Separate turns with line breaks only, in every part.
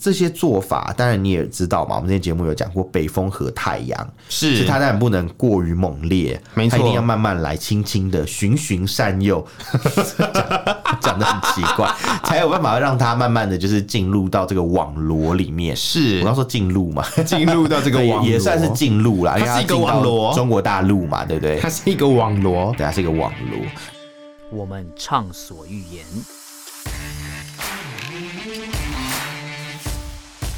这些做法，当然你也知道嘛，我们之前节目有讲过北风和太阳，
是
它当然不能过于猛烈，
没
它
错
一定要慢慢来，轻轻的，循循善诱， 讲讲的很奇怪， 才有办法让它慢慢的就是进入到这个网罗里面。我
是
刚说进入嘛，
进入到 这个
对也
网
也算是
罗
进入啦，因为
它是一个
进到
网罗
中国大陆嘛，对不对？
它是一个网罗，
对，它是一个网罗。
我们畅所欲言；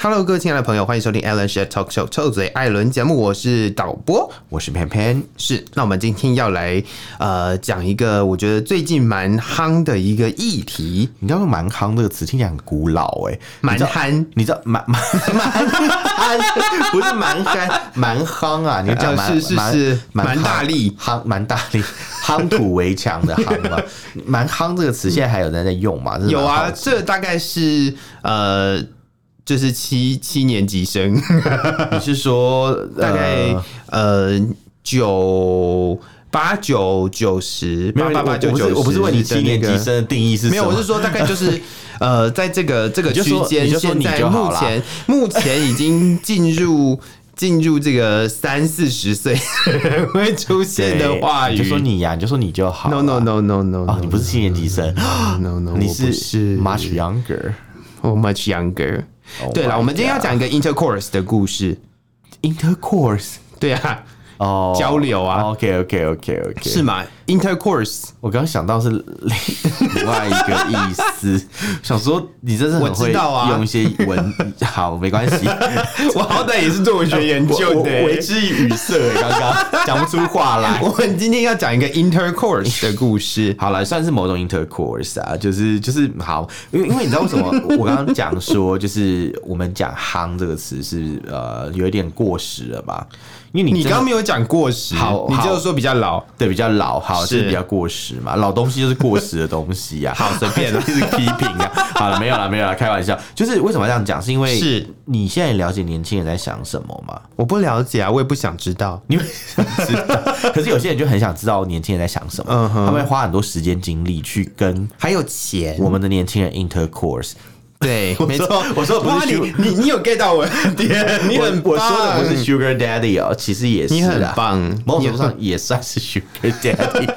Hello，各位亲爱的朋友，欢迎收听 Alan s h a t Talk Show 臭嘴艾伦节目，我是导播，
我是偏偏，
是。那我们今天要来呃讲一个我觉得最近蛮夯的一个议题，
你刚刚蛮夯这个词听起来很古老哎、
蛮憨，
你知道蛮蛮蛮憨，不是蛮憨，蛮夯啊！你讲
呃
蛮、
是是
蛮
是
蛮
蛮大力
夯，蛮大力，夯土为强的夯嘛。蛮夯这个词现在还有人在用吗？真的
有
蛮
啊，
好奇
这大概是呃。就是七七年级生，
你是说
大概呃九八九九十
没有
八八八九
我不
九
是
十，
我不是问你七年级生的定义是什么？
没有，我是说大概就是 呃，在这个这个
你就
区
说
间，
你就说
现
你
在
就好
目
啦
前目前已经进入进入这个三四 十岁会出现的
对
话语。
你就说你呀、你就说你就好了。
no no no no no，, no
哦，你不是七年级生，哦
no no，
你
嗯我不是
much younger。
我 much younger。
Oh
对了，
my
我们今天要
God
讲一个 intercourse 的故事。
intercourse
对啊，
哦，
交流啊
OK OK OK OK，
是吗？intercourse，
我刚想到是 另外一个意思，想说你真是很
我
会
知道啊
用一些文， 好没关系，
我好歹也是做文学研
我
究
我
的
我为
欸。
之一语塞，刚刚讲不出话来。。
我们今天要讲一个 intercourse 的故事
好了，算是某种 intercourse 啊，就是就是好，因为因为你知道为什么 我刚刚讲说，就是我们讲“夯”这个词是呃有一点过时了吧？因为你
你
真的
刚刚没有讲过时，
好
你只有
好
说比较老。
对，比较老，好
是
是比较过时嘛，老东西就是过时的东西呀、
好随 便啦
一直批评啊。好了，没有了，没有了，开玩笑。就是为什么要这样讲，是因为
是
你现在了解年轻人在想什么吗？
我不了解啊，我也不想知道。
你会想知道，可是有些人就很想知道年轻人在想什么，
嗯哼
他们会花很多时间精力去跟
还有钱，
我们的年轻人 intercourse。
对，没错，
我说的不是
哇你
sugar-
你你有 get 到我的点， 你
我
很
我说的不是
棒
sugar daddy 哦，其实也是啊
你很棒
某种程度上也算是 Sugar Daddy。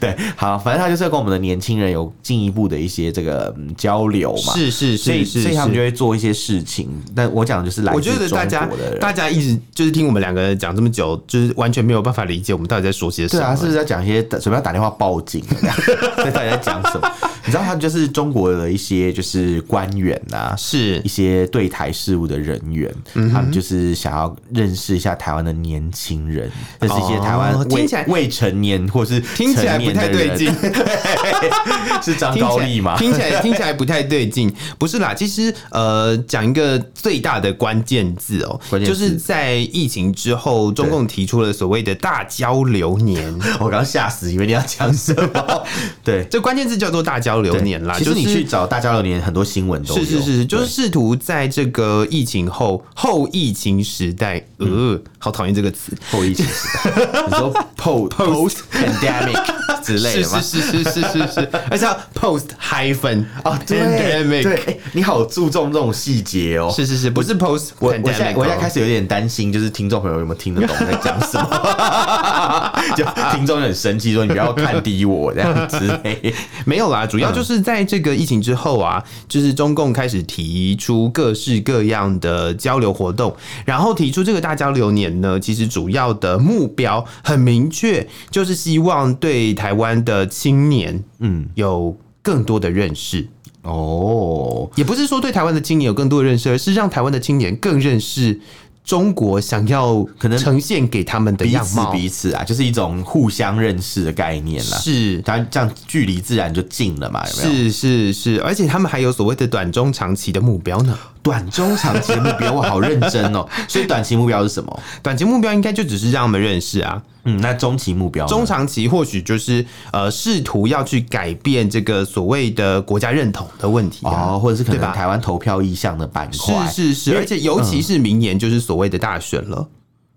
对， 好，反正他就是要跟我们的年轻人有进一步的一些这个、嗯交流嘛。
是是
所以
是是，
所以他们
是
就会做一些事情。但我讲的就是来
我
自
觉
中
得大家
国的人。
大家一直就是听我们两个人讲这么久，就是完全没有办法理解我们到底在说些什
对
么。
啊，是不是在讲一些准备要打电话报警？啊 在到底在讲什么？你知道，他就是中国的一些就是官员啊，
是
一些对台事务的人员，
嗯
他们就是想要认识一下台湾的年轻人，这是一些台湾
哦
未
听起来
未成年或是
听起来
成
不
年的
太对
人
劲，，
是张
听
高
起来
丽吗？
听起来听起来不太对 劲，不是啦。其实呃，讲一个最大的关键字哦、
关键
就
字
是在疫情之后，中共提出了所谓的大交流年。
我刚吓死，以为你要讲什么？ 对，
这关键字叫做大交流
对
年啦，
其
就
实
是
你去找大家流年，很多新闻都有。
是是是，就是
对
试图在这个疫情后后疫情时代，
嗯
呃，好讨厌这个词，
后疫情时代，你说 post post pandemic 之类
是
的吗？
是是是是是是， 而且要 post hyphen
哦，对
pandemic
对，哎你好注重这种细节哦。
是是是，不是 post
我我现在
pandemic，哦
我现在开
始
始有点担心，就是听众朋友有没有听得懂我在讲什么？ 就听众就很生气说：“你不要看低我这样之类。
没有啦，主要就是在这个疫情之后啊，就是中共开始提出各式各样的交流活动，然后提出这个大交流年呢，其实主要的目标很明确，就是希望对台湾的青年，嗯，有更多的认识。”
哦，
也不是说对台湾的青年有更多的认识，而是让台湾的青年更认识中国想要
可能
呈现给他们的
彼
样
此
貌。
彼此啊，就是一种互相认识的概念啦。
是
当然这样距离自然就近了嘛，有没有？
是是是，而且他们还有所谓的短中长期的目标呢。
短中长期的目标，我好认真 哦。所以短期目标是什么？
短期目标应该就只是让他们认识啊，
嗯，那中期目标呢
中长期或许就是呃试图要去改变这个所谓的国家认同的问题啊。
哦，或者是可
对吧
能台湾投票意向的板块。
是是是，而且尤其是明年就是所谓的大选了。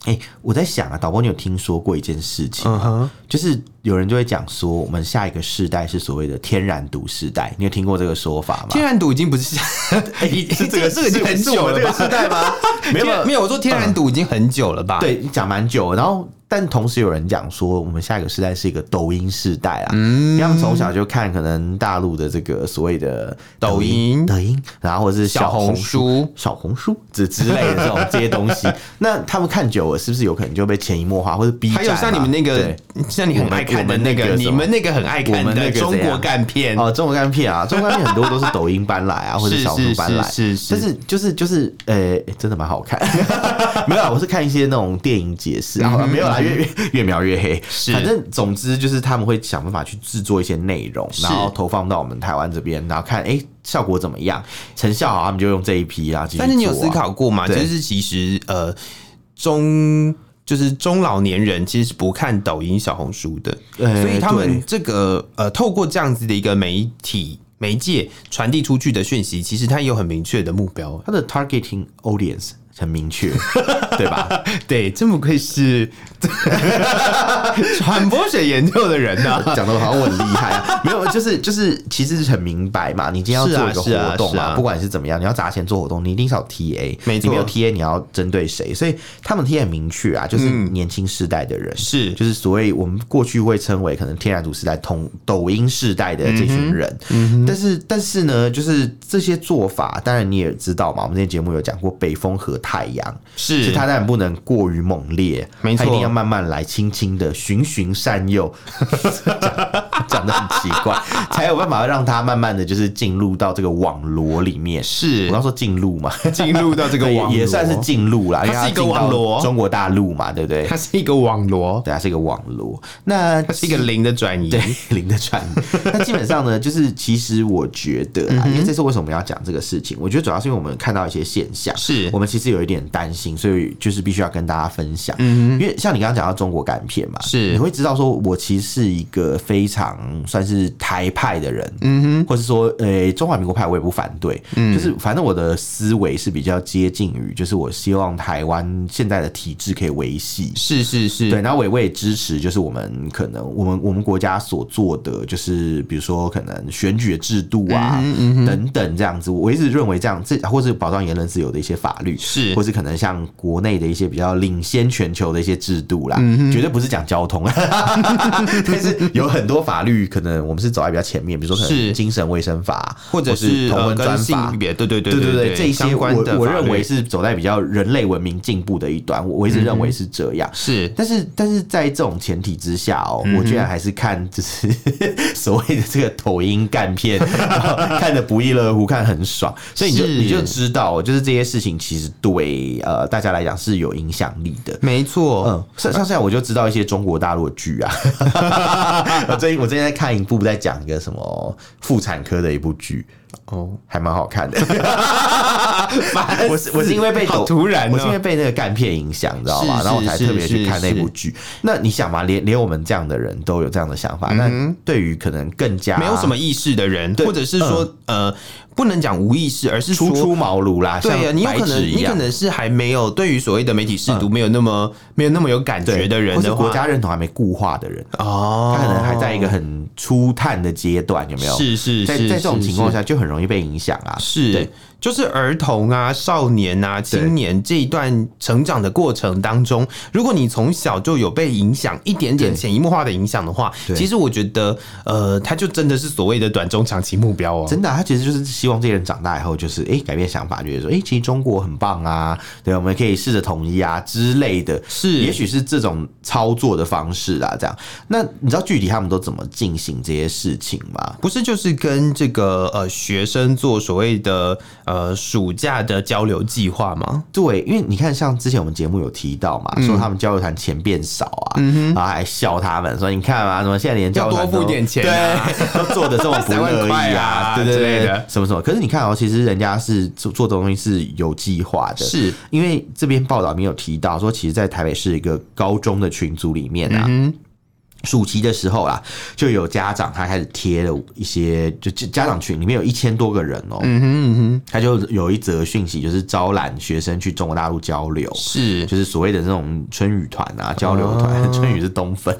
哎、我在想啊，导播，你有听说过一件事情
嗯
吗？
哼，
就是有人就会讲说，我们下一个世代是所谓的天然毒世代，你有听过这个说法吗？
天然毒已经 不是， 已
是哎
经
这个
这个已经很
是是
久
我们
了
这个
吧？
世代吗？ 没有没有
天没有，我说天然毒已经很久了吧？，
对，讲蛮久的，然后但同时有人讲说，我们下一个时代是一个抖音时代啊，
嗯
因为他们从小就看可能大陆的这个所谓的
抖音
抖音，然后或者是
小
红
红书。
小红书之之类的这种这些东 西，那他们看久了，是不是有可能就被潜移默化，或者 B
还有
站
像你
嘛
们那个
对，
像你很爱看的那
我们那
个，
个什么
你们那个很爱看
我们那
的
个怎样
中国干片，
哦，中国干片啊，中国干片很多都是抖音搬来啊，或者
是
小红
是
书搬来，
是是
但是就是就是呃、真的蛮好看。 没有啊，我是看一些那种电影解释
嗯
啊，没有啦，越越越描越黑。
是
反正总之就是他们会想办法去制作一些内容，
是
然后投放到我们台湾这边，然后看哎、诶效果怎么样，成效好，他们就用这一批啊。继续
但是你有
做啊
思？考过吗？就
对
是其实呃中。就是中老年人其实是不看抖音、小红书的，
呃
所以他
对
们这个呃，透过这样子的一个媒体媒介传递出去的讯息，其实它也有很明确的目标。啊
他的 targeting audience 很明确，对吧？
对，真不 愧是传播学研究的人啊呐、
讲的好像我很厉害 啊，没有，就是就是，其实是很明白嘛。你今天要
是
做
啊
一个
是啊
活动
是
嘛，
啊
不管是怎么样，你要砸钱做活动，你一定是要 TA，
没错嗯
你没有 TA，你要针对谁？所以他们 TA 很明确啊，就是年轻世代的人，
是
就是所谓我们过去会称为可能天然族世代、同抖音世代的这群人。
嗯
但是但是呢，就是这些做法，当然你也知道嘛，我们之前节目有讲过北风和太阳，
是
是它当然不能过于猛烈，
没错
它一定要慢慢来，轻轻的，循循善诱， 讲的很奇怪，才有办法让它慢慢的就是进入到这个网罗里面。我
是
刚说进入嘛，
进入到这个
对
网
也
罗
算是进入啦，因为
它是一个
进到
网罗
中国大陆嘛，对不对？
它是一个网罗，
对，它是一个网罗，那
它是一个零的转移。
对，零的传 递。那基本上呢，就是其实我觉得
嗯
啊，因为这次为什么我们要讲这个事情，我觉得主要是因为我们看到一些现象，
是
我们其实有一点担心，所以就是必须要跟大家分享。因为像你刚刚讲到中国港片嘛，
是
你会知道说我其实是一个非常算是台派的人，嗯哼，或是说呃、中华民国派我也不反对，就是反正我的思维是比较接近于，就是我希望台湾现在的体制可以维系，
是是是，
对，然后我也我也支持，就是我们可能我们我们国家所做的，就是比如说可能选举的制度啊、
嗯
等等这样子，我一直认为这样，这或是保障言论自由的一些法律，
是
或是可能像国内的一些比较领先全球的一些制度啦，
嗯
绝对不是讲交通，啊 但是有很多法律可能我们是走在比较前面，比如说可
是
能精神卫生法，
或者
是
是
同
呃
婚
跟
专法
性。别，对对对
对
对
对这一些
相
我
关的
我
法
认为
律嗯
是走在比较人类文明进步的一端，我我一直认为是这样。
是
但是，但是在这种前提之下哦，我居然还是看就是 所谓的这个抖音干 片，然后看的不亦乐乎，看得很爽，所以你就是你就知道，哦就是这些事情其实对呃大家来讲是有影响力的。
没错，
嗯，上上次我就知道一些中国大陆的剧 啊，我最近我最近在看一部，在讲一个什么妇产科的一部剧，
哦，
还蛮好 看的。我是我是因为被抖
好突然哦
我是因为被那个干片影响，你知道吗？
是
然后我才
是
特别去
是
看那部
是
剧。那你想嘛，连连我们这样的人都有这样的想法，那对于可能更加
嗯没有什么意识的人，
啊对嗯
或者是说呃，不能讲无意识，而是
初
说。
出茅庐啦，
对呀、啊
像
你有
白
可能，
纸一
你可
样。嗯
能是还没有对于所谓的媒体试读没有那么、没有那么有感觉
对
的人
或是
的话，
国家认同还没固化的人，
哦，
他可能还在一个很初探的阶段，有没有？
是是
在
是
在这种
是
情况
是
下就很容易被影响啊。
是
对，
就是儿童啊、少年啊、青年这一段成长的过程当中，如果你从小就有被影响一点点
对
潜移默化的影响的话，
对
其实我觉得，呃，它就真的是所谓的短中长期目标哦。
真的啊、他其实就是希望这些人长大以后，就是哎、诶改变想法，觉得说哎、诶其实中国很棒啊，对，我们可以试着统一啊之类的，
是
也许是这种操作的方式啦。这样，那你知道具体他们都怎么进行这些事情吗？
不是就是跟这个呃学生做所谓的呃暑假的交流计划吗？
对，因为你看，像之前我们节目有提到嘛，
嗯
说他们交流团钱变少啊，然后还笑他们说，你看嘛，什么现在连交流团
要多付
都
点钱啊
对，都做的这么不
三万
乐
块
意
啊
对对
之类
对
的，
什么什么。可是你看哦、其实人家是做做这种东西是有计划的，
是
因为这篇报道没有提到说，其实，在台北市一个高中的群组里面啊。暑期的时候啦，就有家长他开始贴了一些，就就家长群里面有一千多个人哦、
嗯哼嗯哼，
他就有一则讯息，就是招揽学生去中国大陆交流，
是
就是所谓的那种春雨团啊、
哦
交流团， 春雨是东分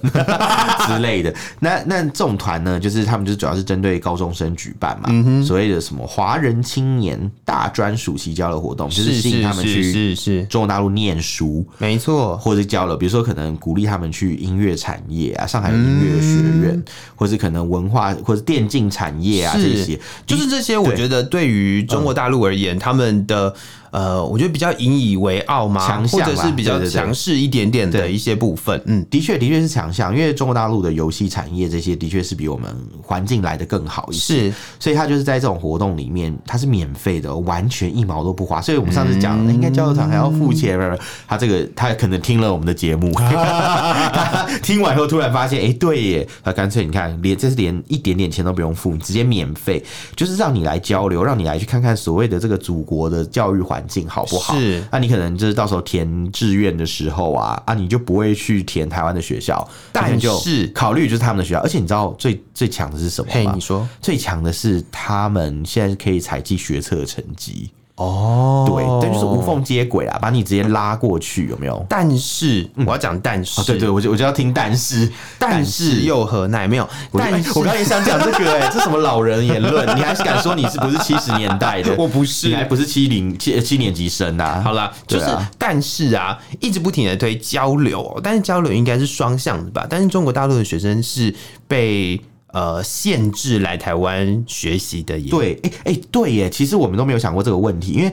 之类的。那那这种团呢，就是他们就主要是针对高中生举办嘛，
嗯
所谓的什么华人青年大专暑期交流活动，就是
是
吸引他们
是
去
是是，
中国大陆念书。
没错，
或者交流，比如说可能鼓励他们去音乐产业啊，上海有音乐学院，或是可能文化或者电竞产业啊这
是
些，
就是这些，我
对
觉得对于中国大陆而言，他们的呃，我觉得比较引以为傲嘛，
强
或
项啦
者是比较
对对对
强势一点点的
对
一些部分，嗯，
的确，的确是强项，因为中国大陆的游戏产业这些的确是比我们环境来的更好一些，
是
所以它就是在这种活动里面，它是免费的，完全一毛都不花。所以我们上次讲，应该交流场还要付
嗯
钱，不不不他这个他可能听了我们的节 目，他听完以后突然发现，哎、对耶，他干脆你看，连这是连一点点钱都不用付，你直接免费，就是让你来交流，让你来去看看所谓的这个祖国的教育环境好不好？
是
那、你可能就是到时候填志愿的时候啊，啊，你就不会去填台湾的学校，
但
可能就是考虑就是他们的学校，而且你知道最最强的是什么
嘿，
吗
你？说
最强的是他们现在可以采集学测成绩，
哦
对，但就是无。缝接轨啊，把你直接拉过去，有没有？
但是我要讲，但是、
哦，对对，，我就我就要听但是，
但是又何奈？没有，
我就哎
但是
我刚才也想讲这个、哎，这什么老人言论？你还是敢说你是不是七十年代的？
我不是
你还不是七零七七年级生呐、啊？
好啦，就
对
是、
啊
但是啊，一直不停的推交流哦，但是交流应该是双向的吧？但是中国大陆的学生是被呃限制来台湾学习的耶，，
对，哎、哎、对耶，其实我们都没有想过这个问题，因为。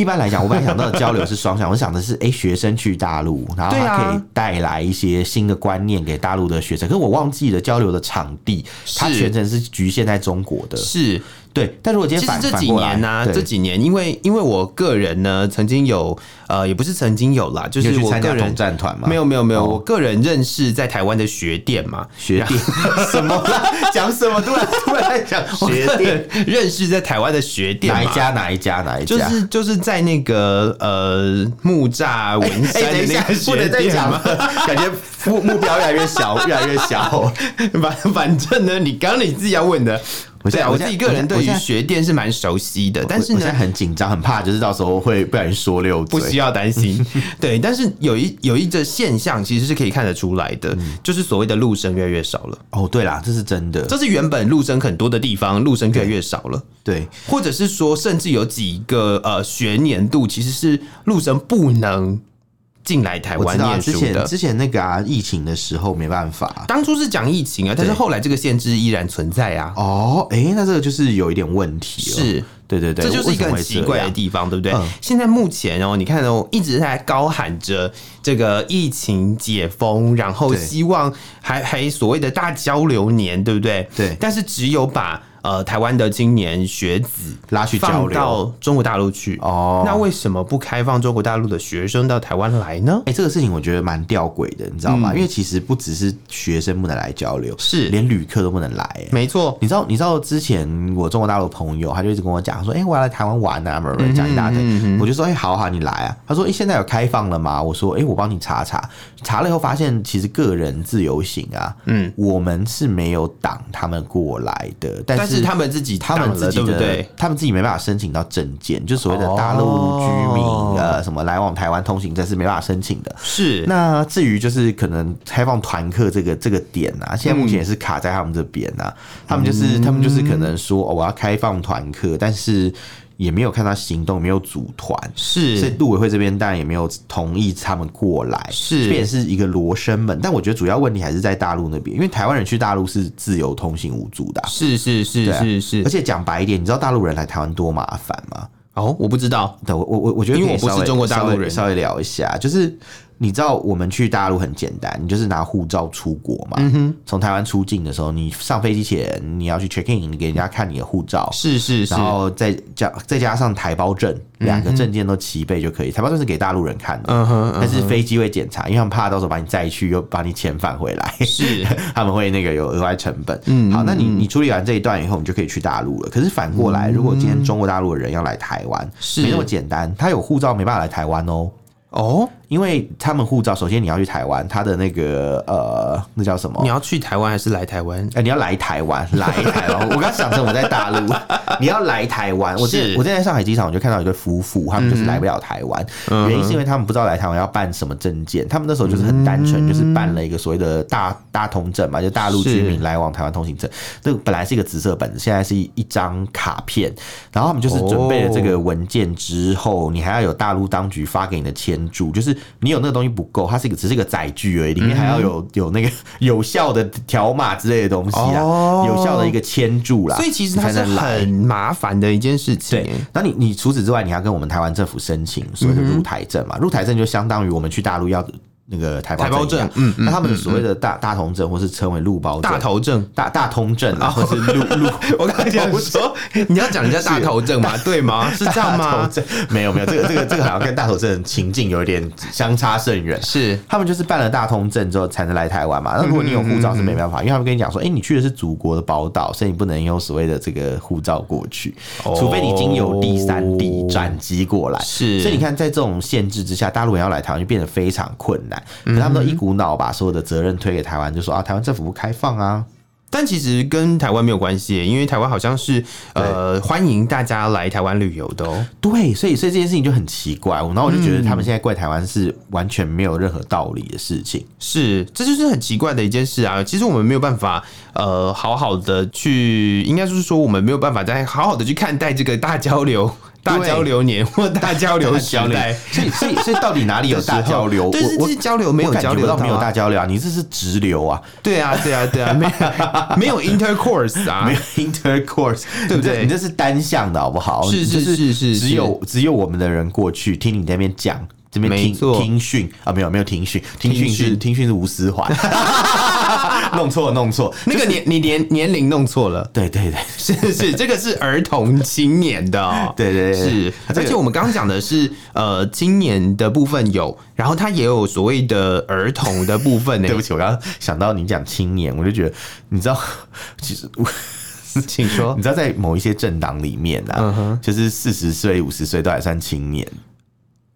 一般来讲，我本来想到的交流是双向，我 想的是，哎、学生去大陆，然后
对啊
他可以带来一些新的观念给大陆的学生。可是我忘记了交流的场地，它
是
全程是局限在中国的。
是。
对，但如果今
其
天反
实这
反
几
过来
年呢、啊
对
这几年因为因为我个人呢，曾经有呃，也不是曾经有啦，就
你有
是
去
我
参
个
加
人
统战团吗？
没有没有没有，
哦
我个人认识在台湾的学店嘛，
学 弟什么啦？哦讲什么？突然突然在讲学
我个
弟
人 认识在台湾的学店嘛
哪一家？哪一家？哪一
就
家？
是就是在那个呃木栅文
哎、
山
等
的
一
那
下
个，
不
学
能再
店
讲
嘛
了，，感觉目目标越来越小，越来越小。
反反正呢，你刚刚你自己要问的，
我现
对
在
啊，
我
我
现
自
在
己个人对
我
于
现在
学店是蛮熟悉的， 但是
我我现
呢
在。很紧张，很怕，就是到时候会不小心说溜嘴。
不需要担心，对，但是有一有一个现象其实是可以看得出来的，
嗯
就是所谓的陆生越来越少了。
哦，对啦，这是真的。
这是原本陆生很多的地方，陆生越来越少了，
对，
或者是说，甚至有几个呃学年度其实是陆生不能进来台
我
湾
知道啊
念
之
书
前
的。
之前那个啊，疫情的时候没办法。
当初是讲疫情啊，但是后来这个限制依然存在啊。
哦，哎、那这个就是有一点问题、哦。
是，
对对对，
这就是一
为什
个
么
很
会
奇
这
怪的
样
地方，对不对？
嗯
现在目前哦，你看哦，一直在高喊着这个疫情解封，然后
对
希望还还所谓的大交流年，对不对？
对
但是只有把呃台湾的青年学子
拉去交
放
流
到中国大陆去。
哦。
那为什么不开放中国大陆的学生到台湾来呢？
哎、这个事情我觉得蛮吊诡的，你知道吗？因为其实不只是学生不能来交流，
是
连旅客都不能来、诶
没错，
你知道，你知道之前我中国大陆朋友，他就一直跟我讲说，哎、我要来台湾玩啊，什么什么讲一大堆。我就说，哎、好好，你来啊。他说，哎、现在有开放了吗？我说，哎、我帮你查查。查哎了以后发现，其实个人自由行啊，嗯，我们是没有挡他们过来的，但
但
是
是他们自己
他们
挡
自
了，
己
对
的，
不对？
他们自己没办法申请到证件，就所谓的大陆居民、
哦
呃什么来往台湾通行证是没办法申请的。
是
那至于就是可能开放团客这个这个点啊，
嗯
现在目前也是卡在他们这边啊。他们就是他们就是可能说、哦、我要开放团客，但是也没有看到行动，没有组团。所以
是
陆委会这边当然也没有同意他们过来，
是
这也是一个罗生门。但我觉得主要问题还是在大陆那边，因为台湾人去大陆是自由通行无阻的啊、
是是是
对啊
是是
而，且讲白一点，你知道大陆人来台湾多麻烦吗？
哦，我不知道，
对，我我我我觉得
因为
可以
我不是
稍微
中国大陆
稍微
人
稍微聊一下，就是你知道我们去大陆很简单，你就是拿护照出国嘛。
嗯
从、台湾出境的时候，你上飞机前你要去 check in，你给人家看你的护照，
是是是
然，后再加再加上台胞证，两个证件都齐备就可以。台胞证是给大陆人看的，
嗯哼，嗯
但是飞机会检查，因为他们怕到时候把你载去又把你遣返回来，
是
他们会那个有额外成本。嗯，好，那你你处理完这一段以后，你就可以去大陆了。可是反过来，如果今天中国大陆的人要来台湾，
是
没那么简单，他有护照没办法来台湾哦。
哦，
因为他们护照，首先你要去台湾，他的那个呃，那叫什么
你？要去台湾还是来台湾？
哎、你要来台湾，来台湾！我刚想成我在大陆，你要来台湾。我之
是嗯
我之前在上海机场，我就看到一对夫妇，他们就是来不了台湾，原因是因为他们不知道来台湾要办什么证件。他们那时候就是很单纯，就是办了一个所谓的大大通证嘛，就大陆居民
嗯是
来往台湾通行证。这个本来是一个紫色本子，现在是一一张卡片。然后他们就是准备了这
哦
个文件之后，你还要有大陆当局发给你的签注，就是你有那个东西不够，它是一个只是一个载具而已，里面还要
嗯
有有那个 有效的条码之类的东西。东西啦，
哦
有效的一个牵注啦，
所以其实
你
它
才
是
能来。
很麻烦的一件事情。
对，那你你除此之外，你还要跟我们台湾政府申请所谓
嗯
的入台证嘛？入台证就相当于我们去大陆要那个台胞
台胞证
一样
嗯
那他们的所谓的大大同证，或是称为陆胞证
大哦头症，
大大通证啊，或是陆陆。
我刚才想说， 你要讲人家大头症嘛，对 吗？是这样
大头
吗？
证没有没有，这个这个这个好像跟大头证的情境有一点相差甚远。
是
他们就是办了大通证之后才能来台湾嘛。
嗯
那如果你有护照是没办法，因为他们跟你讲说，哎、你去的是祖国的宝岛，所以你不能用所谓的这个护照过去，
哦
除非你经由第三地转机过来。
是
所以你看，在这种限制之下，大陆人要来台湾就变得非常困难。可他们都一股脑把所有的责任推给台湾，就说啊，台湾政府不开放啊。
但其实跟台湾没有关系耶，因为台湾好像是呃欢迎大家来台湾旅游的哦。
对，所以所以这件事情就很奇怪。然后我就觉得
嗯
他们现在怪台湾是完全没有任何道理的事情。
是，这就是很奇怪的一件事啊。其实我们没有办法呃好好的去，应该就是说我们没有办法再好好的去看待这个大交流、大交流年或大交流时代。
所以所以所以到底哪里有大交流？
对，是
我
这
我
是交流没有
我感觉
交流
到没有
啊
大交流啊，你这是直流啊，
对啊，对啊，对啊，没没有 intercourse 啊
没，有 intercourse，
对不
你这
对
你这是单向的好不好？
是是
就是
是是
只有只有我们的人过去听你在那边讲。这边
没
听
错
听训啊，没有没有听训，听
听
训是
训
听训是吴思怀， 弄错了弄错，
那个年你年年龄弄错了。
对对对，
是是，这个是儿童青年的、哦，
对对对
是。
这个
而且我们刚刚讲的是，呃，青年的部分有，然后它也有所谓的儿童的部分呢、
对不起，我刚刚想到你讲青年，我就觉得你知道，其实 我
请说
你知道在某一些政党里面
嗯
啊
哼，
就是四十岁五十岁都还算青年，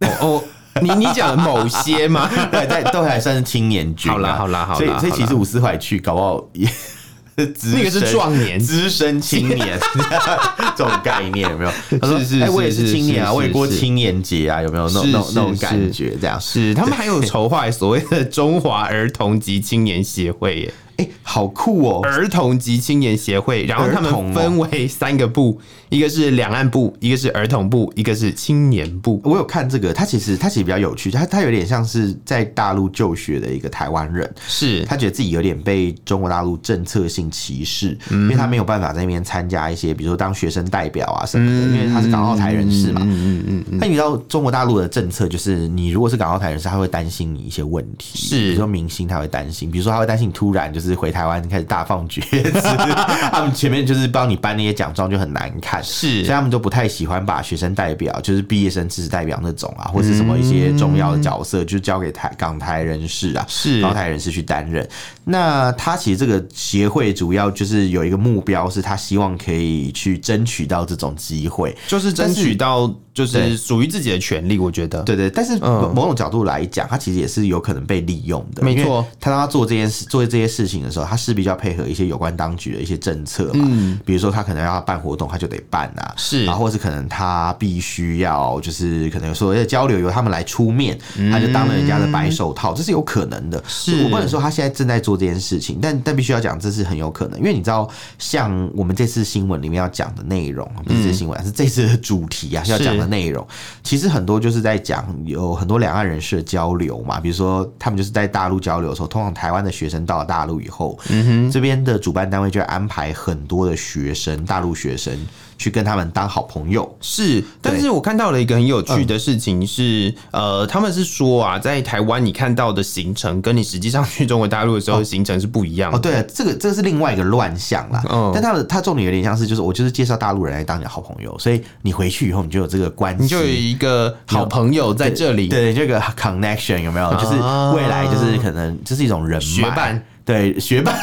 哦哦，你你 讲的某些吗？
对，在都还算是青年军啊、
好啦好啦好
所
啦好
以
啦
所以其实伍思怀去搞不好也资深。
那个是壮年
资深青年 这种概念有没有？他说
是是
哎我也
是
是青年
是
啊，
是
我也过
是
青年节啊，有没有那种
是
那种那种
是
感觉？这样
是，他们还有筹划所谓的中华儿童及青年协会耶，
哎，好酷哦！
儿童及青年协会，然后他
儿童哦
们分为三个部，一个是两岸部，一个是儿童部，一个是青年部。
我有看这个，他其实他其实比较有趣，他他有点像是在大陆就学的一个台湾人，
是，
他觉得自己有点被中国大陆政策性歧视，
嗯
因为他没有办法在那边参加一些，比如说当学生代表啊什么的，因为他是港澳台人士嘛。
嗯嗯嗯嗯嗯，
那你知道中国大陆的政策就是，你如果是港澳台人士，他会担心你一些问题，
是
比如说明星他会担心，比如说他会担心你突然就是回台湾开始大放厥 词，他们前面就是帮你颁那些奖状就很难看，
是
所以他们都不太喜欢把学生代表，就是毕业生知识代表那种啊，或是什么一些重要的角色，就交给台港台人士啊，
是
港台人士去担任。那他其实这个协会主要就是有一个目标，是他希望可以去争取到这种机会，
就是争取到就
对
是属于自己的权利，我觉得。
对对，但是
嗯
某某种角度来讲，他其实也是有可能被利用的。
没错
因为他当他做这件事、做这些事情的时候，他势必就要配合一些有关当局的一些政策嘛。嗯，比如说他可能要办活动，他就得办啊。
是
然后或是可能他必须要就是可能说要交流由他们来出面，他就当了人家的白手套，这是有可能的。
嗯是
我不能说他现在正在做这件事情，但但必须要讲，这是很有可能，因为你知道，像我们这次新闻里面要讲的内容，不是这次新闻，
嗯
是这次的主题啊，要讲的内容，其实很多就是在讲有很多两岸人士的交流嘛，比如说他们就是在大陆交流的时候，通常台湾的学生到了大
嗯
陆以后，这边的主办单位就会安排很多的学生，大陆学生去跟他们当好朋友。
是，但是我看到了一个很有趣的事情是，
嗯
呃，他们是说啊，在台湾你看到的行程，跟你实际上去中国大陆的时候的行程是不一样的。
哦，对了，这个这个是另外一个乱象啦。
嗯
但他的他重点有点像是，就是我就是介绍大陆人来当你的好朋友，所以你回去以后你就有这个关系，
你就有一个好朋友在这里，
对这个 connection 有没有？就是未来就是可能这是一种人脉
啊学伴，
对学 伴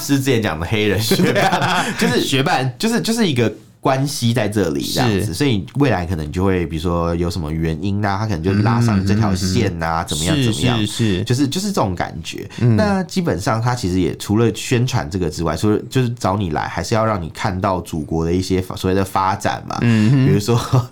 是是之前讲的黑人学 伴，就是
学伴。
就是就是一个。关系在这里，这样子，
是
所以未来可能就会，比如说有什么原因啊，他可能就拉上这条线
嗯
啊，怎么样怎么样
是，是是，
就是就是这种感觉。那基本上，他其实也除了宣传这个之外，除了就是找你来，还是要让你看到祖国的一些所谓的发展嘛。嗯，比如说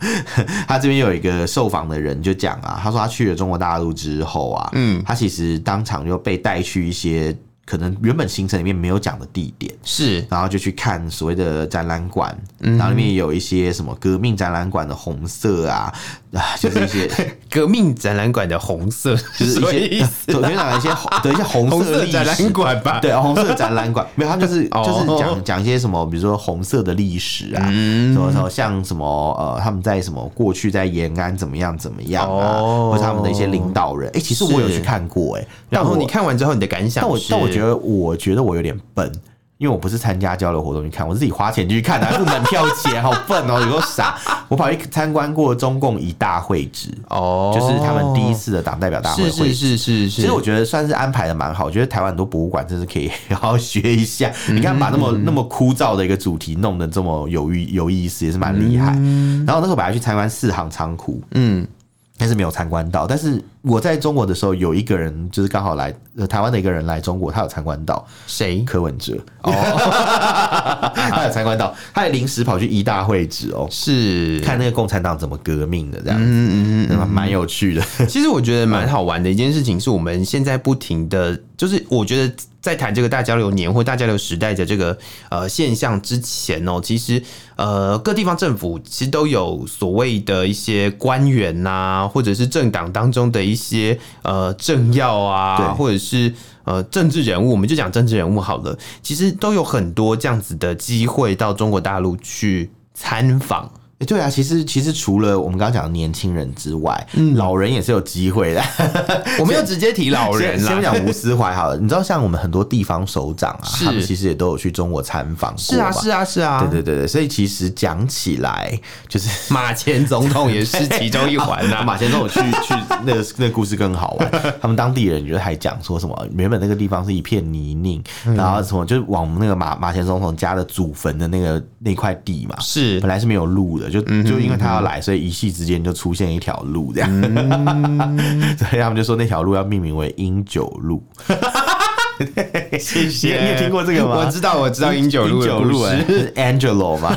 他这边有一个受访的人就讲啊，他说他去了中国大陆之后啊，嗯，他其实当场就被带去一些可能原本行程里面没有讲的地点。
是
然后就去看所谓的展览馆，然后里面有一些什么革命展览馆的红色啊，啊，就是一 些
革命展览馆的红色，
就是一
所以
些 昨天讲一些红的一些啊红
红
色
色
历
展
史
览。馆吧？
对，红色展览馆没有，他就是
哦
就是讲讲一些什么，比如说红色的历史啊，
嗯
什么什么像什么呃，他们在什么过去在延安怎么样怎么样啊，
哦
或者他们的一些领导人。哎、其实我有去看过、哎，
然
但
后
我
你，看完之后，你的感想
但我
是？
但我觉得，我觉得我有点笨，因为我不是参加交流活动去看，我自己花钱去看的，啊还付门票钱，好笨哦、有够傻。我跑去参观过中共一大会址，
哦，
就是他们第一次的党代表大会
是
会
是是是是，
其实我觉得算是安排的蛮好，我觉得台湾很多博物馆真是可以 好好学一下。你看，把那
嗯
么那么枯燥的一个主题弄得这么有意有意思，也是蛮厉害。然后那时候本来去参观四行仓库，
嗯
但是没有参观到。但是我在中国的时候，有一个人就是刚好来、呃、台湾的一个人来中国，他有参观到
谁
柯文哲，哦， 他有参观到，他还临时跑去一大会址哦，
哦是
看那个共产党怎么革命的这样子，
嗯嗯嗯
那蛮有趣的。
嗯，其实我觉得蛮好玩的一件事情，是我们现在不停的，就是我觉得在谈这个大交流年或大交流时代的这个呃现象之前哦、其实呃各地方政府其实都有所谓的一些官员呐、或者是政党当中的一些呃政要
对
啊，或者是呃政治人物，我们就讲政治人物好了，其实都有很多这样子的机会到中国大陆去参访。
欸对啊，其实其实除了我们刚刚讲的年轻人之外，
嗯
老人也是有机会的。
我没有直接提老人啊
先
啦
先，讲吴思怀好了，你知道像我们很多地方首长啊，
是
他们其实也都有去中国参访过
是啊，
嘛
是啊，是啊，
对对对对，所以其实讲起来就是
马前总统也是其中一环呐、
啊 马前总统去去那个那个故事更好玩。他们当地人就还讲说什么，原本那个地方是一片泥泞，
嗯
然后什么就是往我们那个马马前总统家的祖坟的那个那块地嘛，
是
本来是没有路的，就
嗯
就因为他要来，所以一夕之间就出现一条路这样，
嗯
所以他们就说那条路要命名为英九路。
谢
你有你有听过这个吗
我知道，我知道饮酒路
英
的
九
故
路
事
哎、是 Angelo 嘛，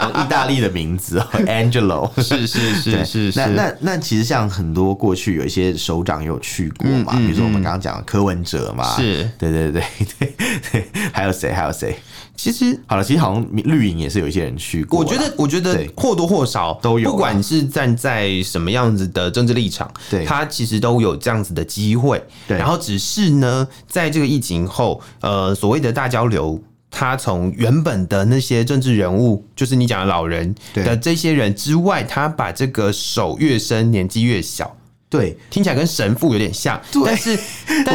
哦意大利的名字 哦，Angelo。
是是
对
是是是，
那那那其实像很多过去有一些首长也有去过嘛，比如说我们刚刚讲的柯文哲嘛，
嗯是
对对对对 对，还有谁还有谁？
其实。
好了，其实好像绿营也是有一些人去过
我
啦，
觉得，我觉得
对
或多或少
都有啊
不管是站在什么样子的政治立场，
对
他其实都有这样子的机会。
对
然后只是呢，在这个疫情后，呃，所谓的大交流，他从原本的那些政治人物，就是你讲的老人
对
的这些人之外，他把这个手越伸，年纪越小，
对，
听起来跟神父有点像，
对
但是 但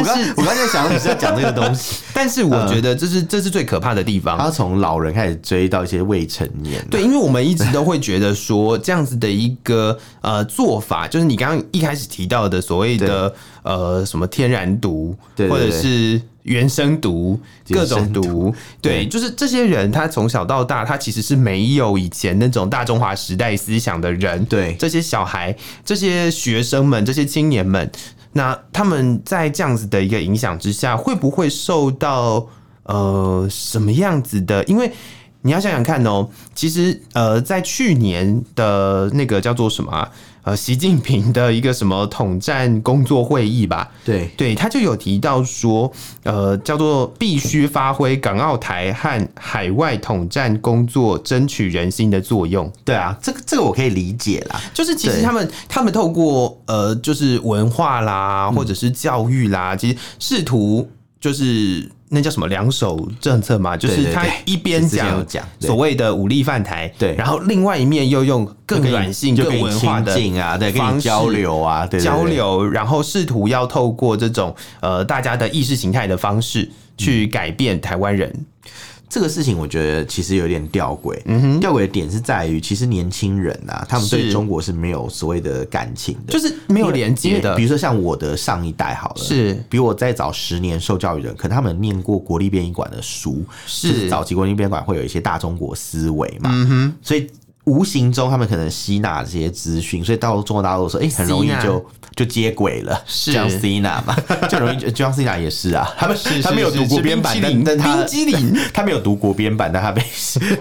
我刚
是
我刚才想你是要讲这个东西， 嗯
但是我觉得这是、这是最可怕的地方。
他从老人开始追到一些未成年，啊
对，因为我们一直都会觉得说这样子的一个呃做法，就是你刚刚一开始提到的所谓的呃什么天然毒，
对对
或者
对
是原生毒、
原
各
生
种毒，对，
对
就是这些人他从小到大，他其实是没有以前那种大中华时代思想的人，
对
这些小孩、这些学生们、这些青年们，那他们在这样子的一个影响之下，会不会受到呃什么样子的？因为你要想想看哦，其实呃，在去年的那个叫做什么啊、呃，习近平的一个什么统战工作会议吧，
对
对，他就有提到说，呃，叫做必须发挥港澳台和海外统战工作争取人心的作用。
对啊，这个这个我可以理解啦，
就是其实
对
他们他们透过呃，
嗯
就是文化啦，或者是教育啦，其实试图就是那叫什么两手政策嘛，就
对
是
对
他
对
一边
之前有
讲
讲对
所谓的武力犯台，
对
然后另外一面又用更软性、
就
更
跟你
文化
亲
的
近啊，对，跟
方
你
式
交流啊，对对对
交流，然后试图要透过这种呃大家的意识形态的方
嗯
式去改变台湾人。
这个事情，我觉得其实有点吊诡。吊诡的点是在于，其实年轻人啊，他们对
嗯是
中国是没有所谓的感情的，
就是没有连接
因为
的
比，如说像我的上一代好了，
是
比我再早十年受教育的人，可能他们念过国立编译馆的书，
是
就早期国立编译馆会有一些大中国思维嘛，所以。无形中，他们可能吸纳这些资讯，所以到中国大陆的时候，哎、很容易
吸纳
就就接轨了。
是
John Cena 嘛，就容易 John Cena 也是啊，他们
是
他没有
是
读
是
国编版，
冰淇
但
淋
但他
冰激凌
他没有读国编版，但他被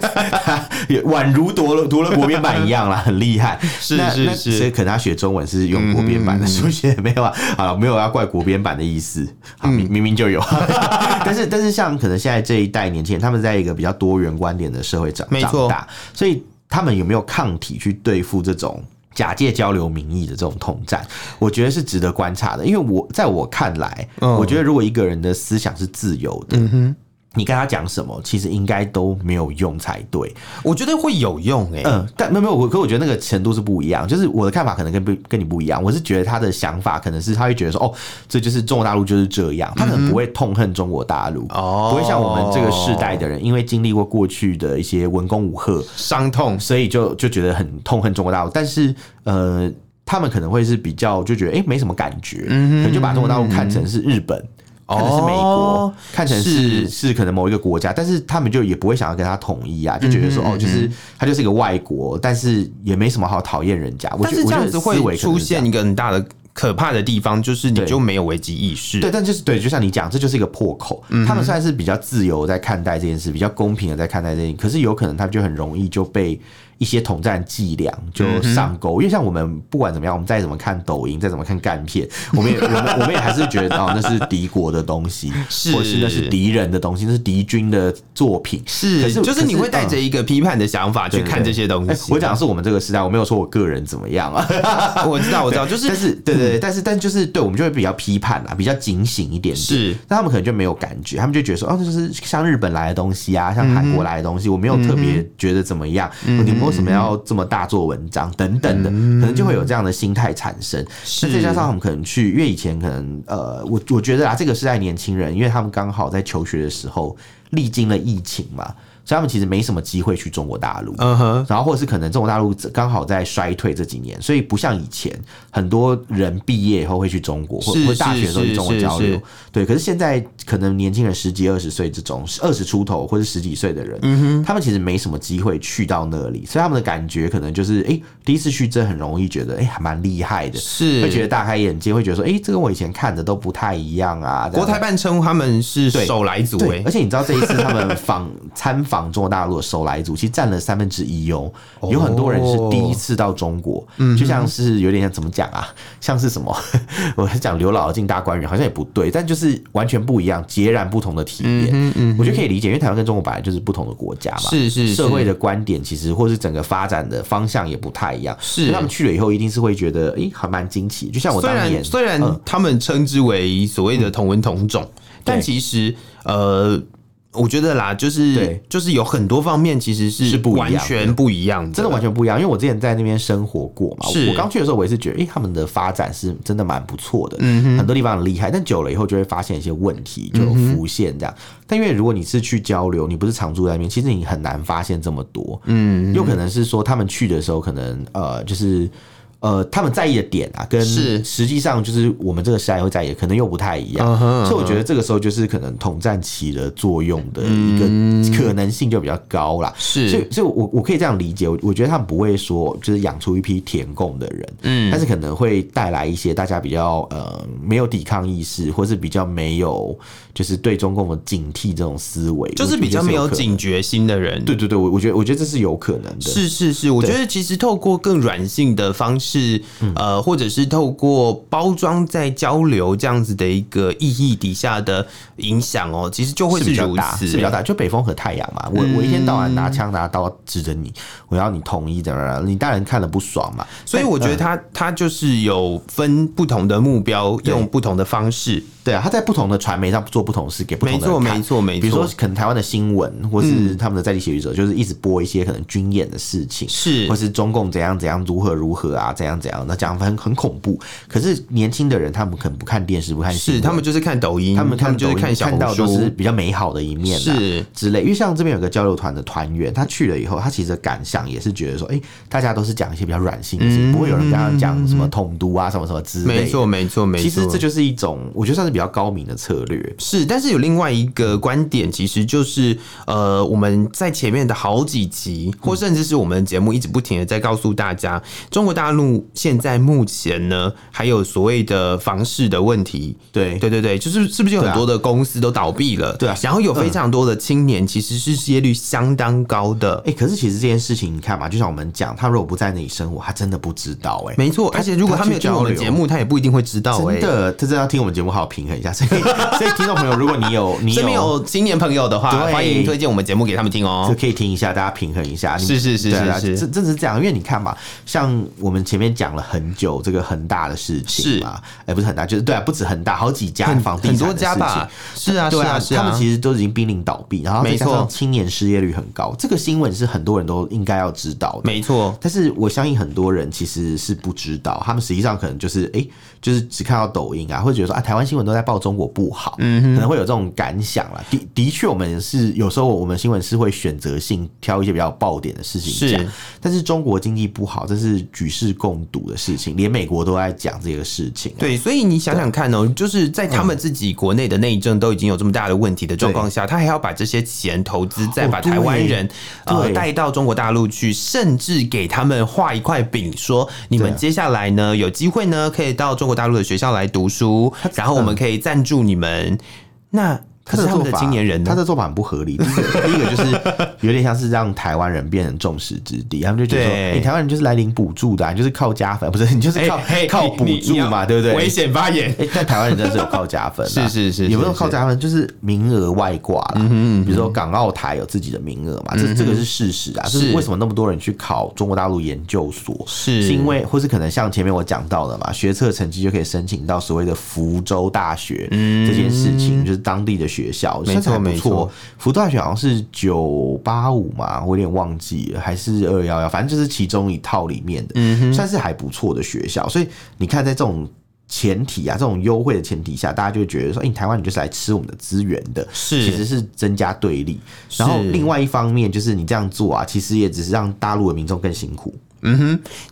他也宛如读了读了国编版一样啦，很厉害。
是
那
是
那
是
所以可能他学中文是用国编版的，数学没有啊，好了，没有要怪国编版的意思，好明明明就有。 但是但是像可能现在这一代年轻人，他们在一个比较多元观点的社会长
没
长
错
大，所以他们有没有抗体去对付这种？假借交流名义的这种统战，我觉得是值得观察的。因为我在我看来，
嗯
我觉得如果一个人的思想是自由的，你跟他讲什么，其实应该都没有用才对。
我觉得会有用欸诶、
嗯，但没有没有，我可我觉得那个程度是不一样。就是我的看法可能跟不跟你不一样，我是觉得他的想法可能是他会觉得说，哦，这就是中国大陆就是这样，他
嗯
可能不会痛恨中国大陆，
哦
不会像我们这个世代的人，因为经历过过去的一些文攻武赫，
伤痛
所以就就觉得很痛恨中国大陆。但是呃，他们可能会是比较就觉得哎、诶没什么感觉，
嗯
可能就把中国大陆看成是日本。看成是美国
哦，
看成是
是
是可能某一个国家，但是他们就也不会想要跟他统一
嗯
啊，就觉得说哦，就是他就是一个外国，但是也没什么好讨厌人家。我
但
觉得
是这样子
我觉得思维
会
可能
出
是这样
现一个很大的可怕的地方，就是你
对
就没有危机意识。
对，但就是对，就像你讲，这就是一个破口。
嗯
他们算是比较自由在看待这件事，比较公平的在看待这件事，可是有可能他们就很容易就被一些统战伎俩就
嗯
上钩。因为像我们不管怎么样，我们再怎么看抖音，再怎么看干片，我们也 我们我们也还是觉得哦，那是敌国的东西，
是
或是那是敌人的东西，那是敌军的作品。可
是，
是
就是你
可是
会带着
嗯
一个批判的想法去
对对
看
对
这些东
哎
西。啊
我讲的是我们这个时代，我没有说我个人怎么样啊。
我知道，我知道，就
但
是
是对对对，但是但就是对我们就会比较批判啊啦，比较警醒一点点。
是，
那他们可能就没有感觉，他们就觉得说，哦，这就是像日本来的东西啊，像韩国来的东西，我没有特别觉得怎么样，你们为什么要这么大做文章等等的，可能就会有这样的心态产生。
是
那再加上他们可能去，因为以前可能呃，我我觉得啊，这个是在年轻人，因为他们刚好在求学的时候历经了疫情嘛，所以他们其实没什么机会去中国大陆。
嗯哼，
然后或者是可能中国大陆刚好在衰退这几年，所以不像以前很多人毕业以后会去中国，或
是
或大学的时候去中国交
是
流
是。
对，可是现在可能年轻人十几二十岁这种二十出头或者十几岁的人，
嗯
他们其实没什么机会去到那里，所以他们的感觉可能就是，哎、第一次去真的很容易觉得，哎、还蛮厉害的。
是
会觉得大开眼界，会觉得说，哎、这跟我以前看的都不太一样啊。这样
国台办称呼他们是
对
手来族
对
诶，
而且你知道这一次他们访 参访中国大陆的首来组，其实占了三分之一哦，有很多人是第一次到中国，
嗯
就像是有点像怎么讲啊，像是什么， 我是讲刘姥姥进大观园好像也不对，但就是完全不一样，截然不同的体验，
嗯
我觉得可以理解，因为台湾跟中国本来就是不同的国家嘛，
是是是
社会的观点其实或是整个发展的方向也不太一样，
是
所以他们去了以后一定是会觉得，诶、还蛮惊奇，就像我
虽
当年
然虽然
嗯
他们称之为所谓的同文同种，但其实呃。我觉得啦，就是
对
就是有很多方面其实是
是不一样的
完全不一样的，
真的完全不一样，因为我之前在那边生活过嘛，
是
我刚去的时候我也是觉得，哎、他们的发展是真的蛮不错的，嗯、很多地方很厉害，但久了以后就会发现一些问题
嗯
就浮现这样。但因为如果你是去交流，你不是常住在那边，其实你很难发现这么多，嗯，有可能是说他们去的时候，可能呃就是。呃，他们在意的点啊，跟
是
实际上就是我们这个时代会在意的，可能又不太一样
嗯哼
所以我觉得这个时候就是可能统战起了作用的一个可能性就比较高啦。所
嗯是
以，所以我我可以这样理解，我我觉得他们不会说就是养出一批舔共的人，嗯，但是可能会带来一些大家比较呃没有抵抗意识，或是比较没有就是对中共的警惕这种思维，
就是
我
比较没有
我觉得是可能
警觉心的人，
对对对，我我觉得我觉得这是有可能的，
是是是，我觉得其实透过更软性的方是
嗯
呃，或者是透过包装在交流这样子的一个意义底下的影响哦，其实就会
是比较
如
大，
此，欸嗯
是比较大。就北风和太阳嘛，我我一天到晚拿枪拿刀指着你，我要你同意怎么样？你当然看了不爽嘛。
所以我
嗯
觉得他他就是有分不同的目标，用不同的方式。
对啊，他在不同的传媒上做不同的事，给不同的人
没错
看
没错没错嗯
比如说，可能台湾的新闻，或是他们的在地写语者，就是一直播一些可能军演的事情，
是
或是中共怎样怎样如何如何啊，怎样怎样，那讲很很恐怖。可是年轻的人，他们可能不看电视，不看新
是，
闻，
他们就是看抖音，
他们
他们就是
抖音
看小
看到
红
都是
书，
比较美好的一面啦，
是
之类。因为像这边有个交流团的团员，他去了以后，他其实的感想也是觉得说，哎、大家都是讲一些比较软性的事
嗯
情，不会有人跟他讲什么统独啊、什么什么之类的。
没错没错没错。
其实这就是一种，我觉得算是比较高明的策略。
是，但是有另外一个观点，其实就是呃，我们在前面的好几集，或甚至是我们的节目一直不停的在告诉大家，中国大陆现在目前呢，还有所谓的房市的问题。
对
哎对对对，就是是不是有很多的公司都倒闭了？
对啊
然后有非常多的青年其实是失业率相当高的。
哎、可是其实这件事情，你看嘛，就像我们讲，他如果不在那里生活，他真的不知道、欸诶
没错，而且如果他没有听我
他
们
去交
节
流
目，他也不一定会知道、欸。
真的，他真的要听我们节目，好好平衡一下。所以， 所以听众朋友，如果你有你
身边有青年朋友的话，
对
欢迎推荐我们节目给他们听哦、
就可以听一下，大家平衡一下。你
是是是
对啊
是是
这这是这样，因为你看嘛，像我们前面讲了很久这个恒大的事情
是
嘛，哎，不是恒大，就是对啊，不止恒大，好几家
很
房地
很
产
多
的
家
事
吧
情，
是啊，是
对
啊，是啊，
他们其实都已经濒临倒闭，然后再
没
加
错
上青年失业率很高，这个新闻是很多人都应该要知道的。
没错，
但是我相信很多人其实是不知道，他们实际上可能就是哎、诶就是只看到抖音啊，会觉得说啊，台湾新闻都在报中国不好，可能会有这种感想啦。的的确，我们是有时候我们新闻是会选择性挑一些比较爆点的事情讲
是，
但是中国经济不好，这是举世共睹的事情，连美国都在讲这个事情、啊。
对，所以你想想看哦、就是在他们自己国内的内政都已经有这么大的问题的状况下，他还要把这些钱投资在
哦
把台湾
对
人呃
哦对
带到中国大陆去，甚至给他们画一块饼，说你们
对
接下来呢有机会呢可以到中国大陆的学校来读书，然后我们可以赞助你们。那可是他
做
们的
法，
青年人呢？
他的做法很不合理。第一个，第一个就是有点像是让台湾人变成众矢之的，他们就觉得说，
对
诶台湾人就是来领补助的啊、你就是靠加分，不是你就是靠、
哎嘿
靠
你
补
你
助
要
嘛，对不对？
危险发言，
哎、但台湾人真的是有靠加分、啊，
是是是
也不用
是嗯
靠加分，就是名额外挂啦。比如说港澳台有自己的名额嘛，这这个是事实啊。
是
就是为什么那么多人去考中国大陆研究所？
是
是因为，或是可能像前面我讲到的嘛，学测成绩就可以申请到所谓的福州大学这件事情，就是当地的学校，
嗯没错
算是还不
没错
错。福州大学好像是九八五嘛，我有点忘记了，还是二幺幺，反正就是其中一套里面的，
嗯
算是还不错的学校。所以你看，在这种前提啊，这种优惠的前提下，大家就会觉得说，哎、你台湾你就是来吃我们的资源的，
是
其实是增加对立。然后另外一方面就是你这样做啊，其实也只是让大陆的民众更辛苦。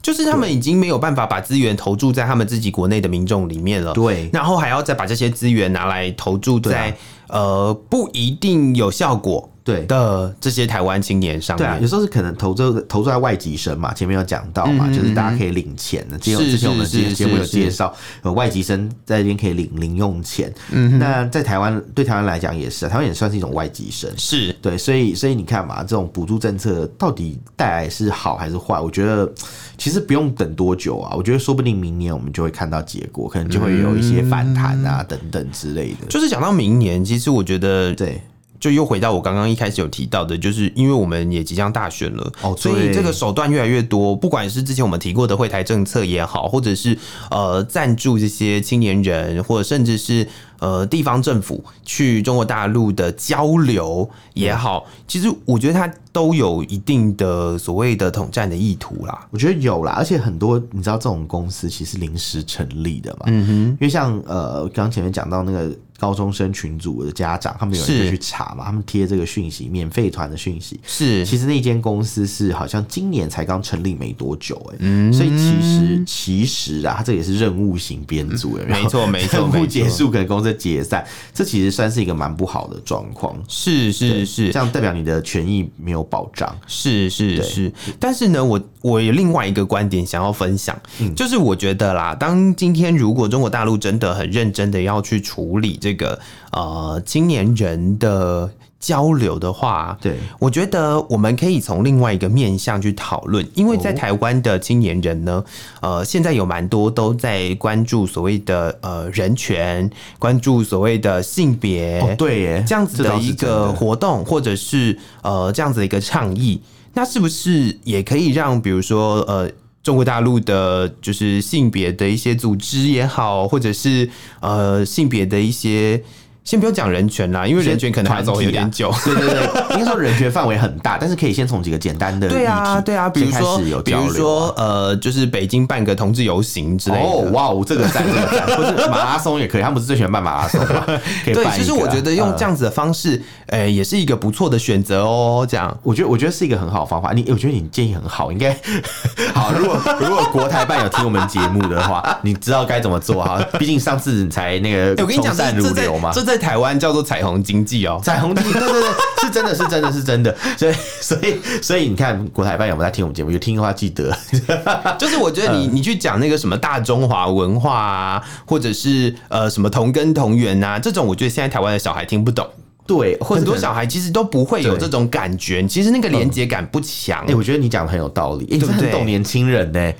就是他们已经没有办法把资源投注在他们自己国内的民众里面了，
对啊
然后还要再把这些资源拿来投注在、呃不一定有效果
对
的这些台湾青年上
对
面。
啊，有时候是可能投资投资在外籍生嘛，前面有讲到嘛，就是大家可以领钱的。之前
嗯是
之前我们
是
节
是
节目有
是
介绍，呃，外籍生在这边可以领零用钱。嗯，那在台湾对台湾来讲也是啊，台湾也算是一种外籍生。
是
对，所以所以你看嘛，这种补助政策到底带来是好还是坏？我觉得其实不用等多久啊，我觉得说不定明年我们就会看到结果，可能就会有一些反弹啊、
嗯
等等之类的。
就是讲到明年，其实我觉得
对，
就又回到我刚刚一开始有提到的，就是因为我们也即将大选了，
哦
所以
对
这个手段越来越多，不管是之前我们提过的惠台政策也好，或者是呃赞助这些青年人，或者甚至是呃地方政府去中国大陆的交流也好，
嗯
其实我觉得它都有一定的所谓的统战的意图啦。
我觉得有啦，而且很多你知道这种公司其实临时成立的嘛，嗯哼，因为像呃刚前面讲到那个高中生群组的家长，他们有人
是
就去查嘛，他们贴这个讯息，免费团的讯息，
是
其实那间公司是好像今年才刚成立没多久、欸，
嗯
所以其实其实啊，它这也是任务型编组，有没有
没错没 错
任
没
务
错
结束可能公司解散，这其实算是一个蛮不好的状况，
是是是
这，样代表你的权益没有保障，
是是是，但是呢，我我有另外一个观点想要分享，
嗯
就是我觉得啦，当今天如果中国大陆真的很认真的要去处理这个呃青年人的交流的话，
对
我觉得我们可以从另外一个面向去讨论，因为在
哦
台湾的青年人呢，呃，现在有蛮多都在关注所谓的呃人权，关注所谓的性别、
哦对耶
这样子
这倒
的
是
一
真
个
的
活动，或者是呃这样子的一个倡议，那是不是也可以让比如说呃中国大陆的，就是性别的一些组织也好，或者是呃性别的一些，先不要讲人权啦，因为人权可能还走有点 久。
对对对，应该说人权范围很大，但是可以先从几个简单的
对啊，
议题
对啊，比如
先开
说
始有，
比
交流
如
啊
说，呃，就是北京办个同志游行之类的。
哦，哇哦，这个赞，这个赞， 或是马拉松也可以，他们不是最喜欢办马拉松 吗？可以
对，
办一
其实
个
我觉得用
呃
这样子的方式，呃，也是一个不错的选择哦。这样，
我觉得我觉得是一个很好的方法。你我觉得你建议很好，应该 好。如果如果国台办有听我们节目的话， 你知道该怎么做哈。毕竟上次你才那 个
欸我跟你
从
讲，这
善如
这在
流嘛
这。在台湾叫做彩虹经济哦。
彩虹经济，对对对，是真的是真的是真的，所以所以所以你看国台办有没有在听我们节目？有听的话记得，
就是我觉得
嗯
你你去讲那个什么大中华文化啊，或者是呃什么同根同源啊，这种我觉得现在台湾的小孩听不懂，
对，或者
很多
可能
小孩其实都不会有
对
这种感觉，其实那个连接感不强
哎、。我觉得你讲的很有道理，哎、你真的
嗯对不
很
对
懂年轻人呢、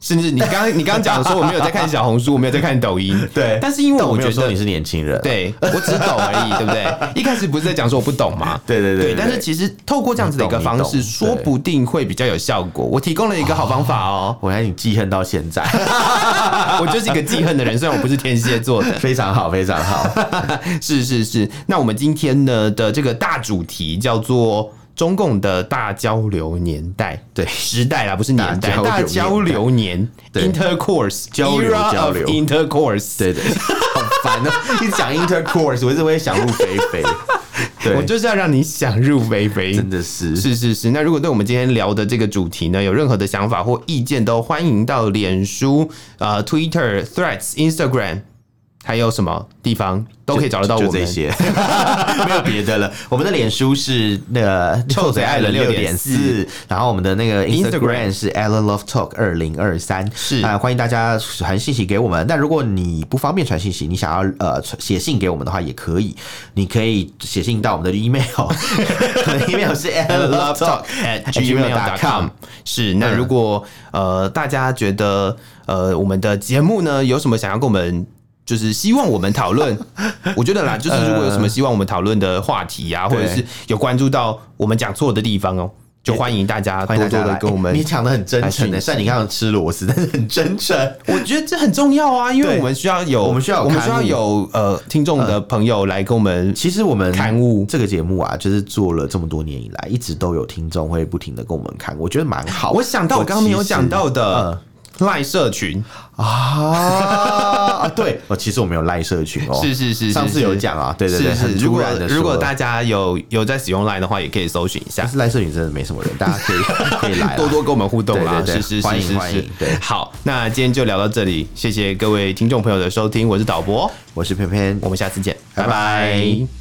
甚至你刚刚你刚刚讲说我没有在看小红书，我没有在看抖音，
对
但是因为
但我
我
没有
觉
说
得
你是年轻人啊、
对我只懂而已，对 不对？一开始不是在讲说我不懂嘛？
对对对对
但是
对
其实透过这样子的一个
你懂你
方式，
懂
说不定会比较有效果。我提供了一个好方法
，
哦
我看你记恨到现在，
我就是一个记恨的人，虽然我不是天蝎座的。
非常好，非常 好。
是是是，那我们今天呢的这个大主题叫做。中共的大交流年代，对 时代啦，不是年代，大
大
交
交
流
流
年，intercourse
交流
era of
交流
intercourse，
对对，好烦哦、一直讲 intercourse，我一直会想入非非。对，
我就是要让你想入非非，
真的是
是是是，那如果对我们今天聊的这个主题呢，有任何的想法或意见，都欢迎到脸书、呃 Twitter、Threads、Instagram，还有什么地方都可以找得到我
就
们。
这些， 没有别的了。我们的脸书是那个臭嘴艾伦六点四，然后我们的那个
Instagram
Instagram 是 Alan Love Talk 二零二三，
是
啊，欢迎大家传信息给我们。但如果你不方便传信息，你想要呃传写信给我们的话也可以，你可以写信到我们的 email，我们的 email 是 Alan Love Talk
at
gmail.com
gmail.com 是
嗯
那如果呃大家觉得呃我们的节目呢有什么想要跟我们就是希望我们 讨论，我觉得啦，就是如果有什么希望我们讨论的话题
嗯
啊，或者是有关注到我们讲错的地方哦，就欢迎大家多
欢迎大
多
家
的
来
跟我们
欸你讲的很真诚的，
来讯息
虽然你刚刚吃螺丝，但是很真诚。
我觉得这很重要啊，因为
对
我们需要有，
我们需要有
我们
刊
需要
物
有呃听众的朋友来跟我们，
其实我们
刊物
这个节目啊，就是做了这么多年以来，一直都有听众会不停的跟我们看，我觉得蛮好。
我想到我刚刚没 有讲到的
我
赖社群，
啊啊，对，我其实我们有赖社群哦，
是是是是
上次有讲啊，对对对，
是
很
是，如
突
果
然的，
如果大
家。
家有有在使用 Line 的话，也可以搜寻一 下
但。是赖社群真的没什么人，大家 可以可以来啦
多多跟我们互动啦，
啊对对对
是是
欢
是
迎
是
欢
是
迎对，
好，那今天就聊到这里，谢谢各位听众朋友的收听，我是导播，
我是偏偏，
我们下次见，
拜拜
拜拜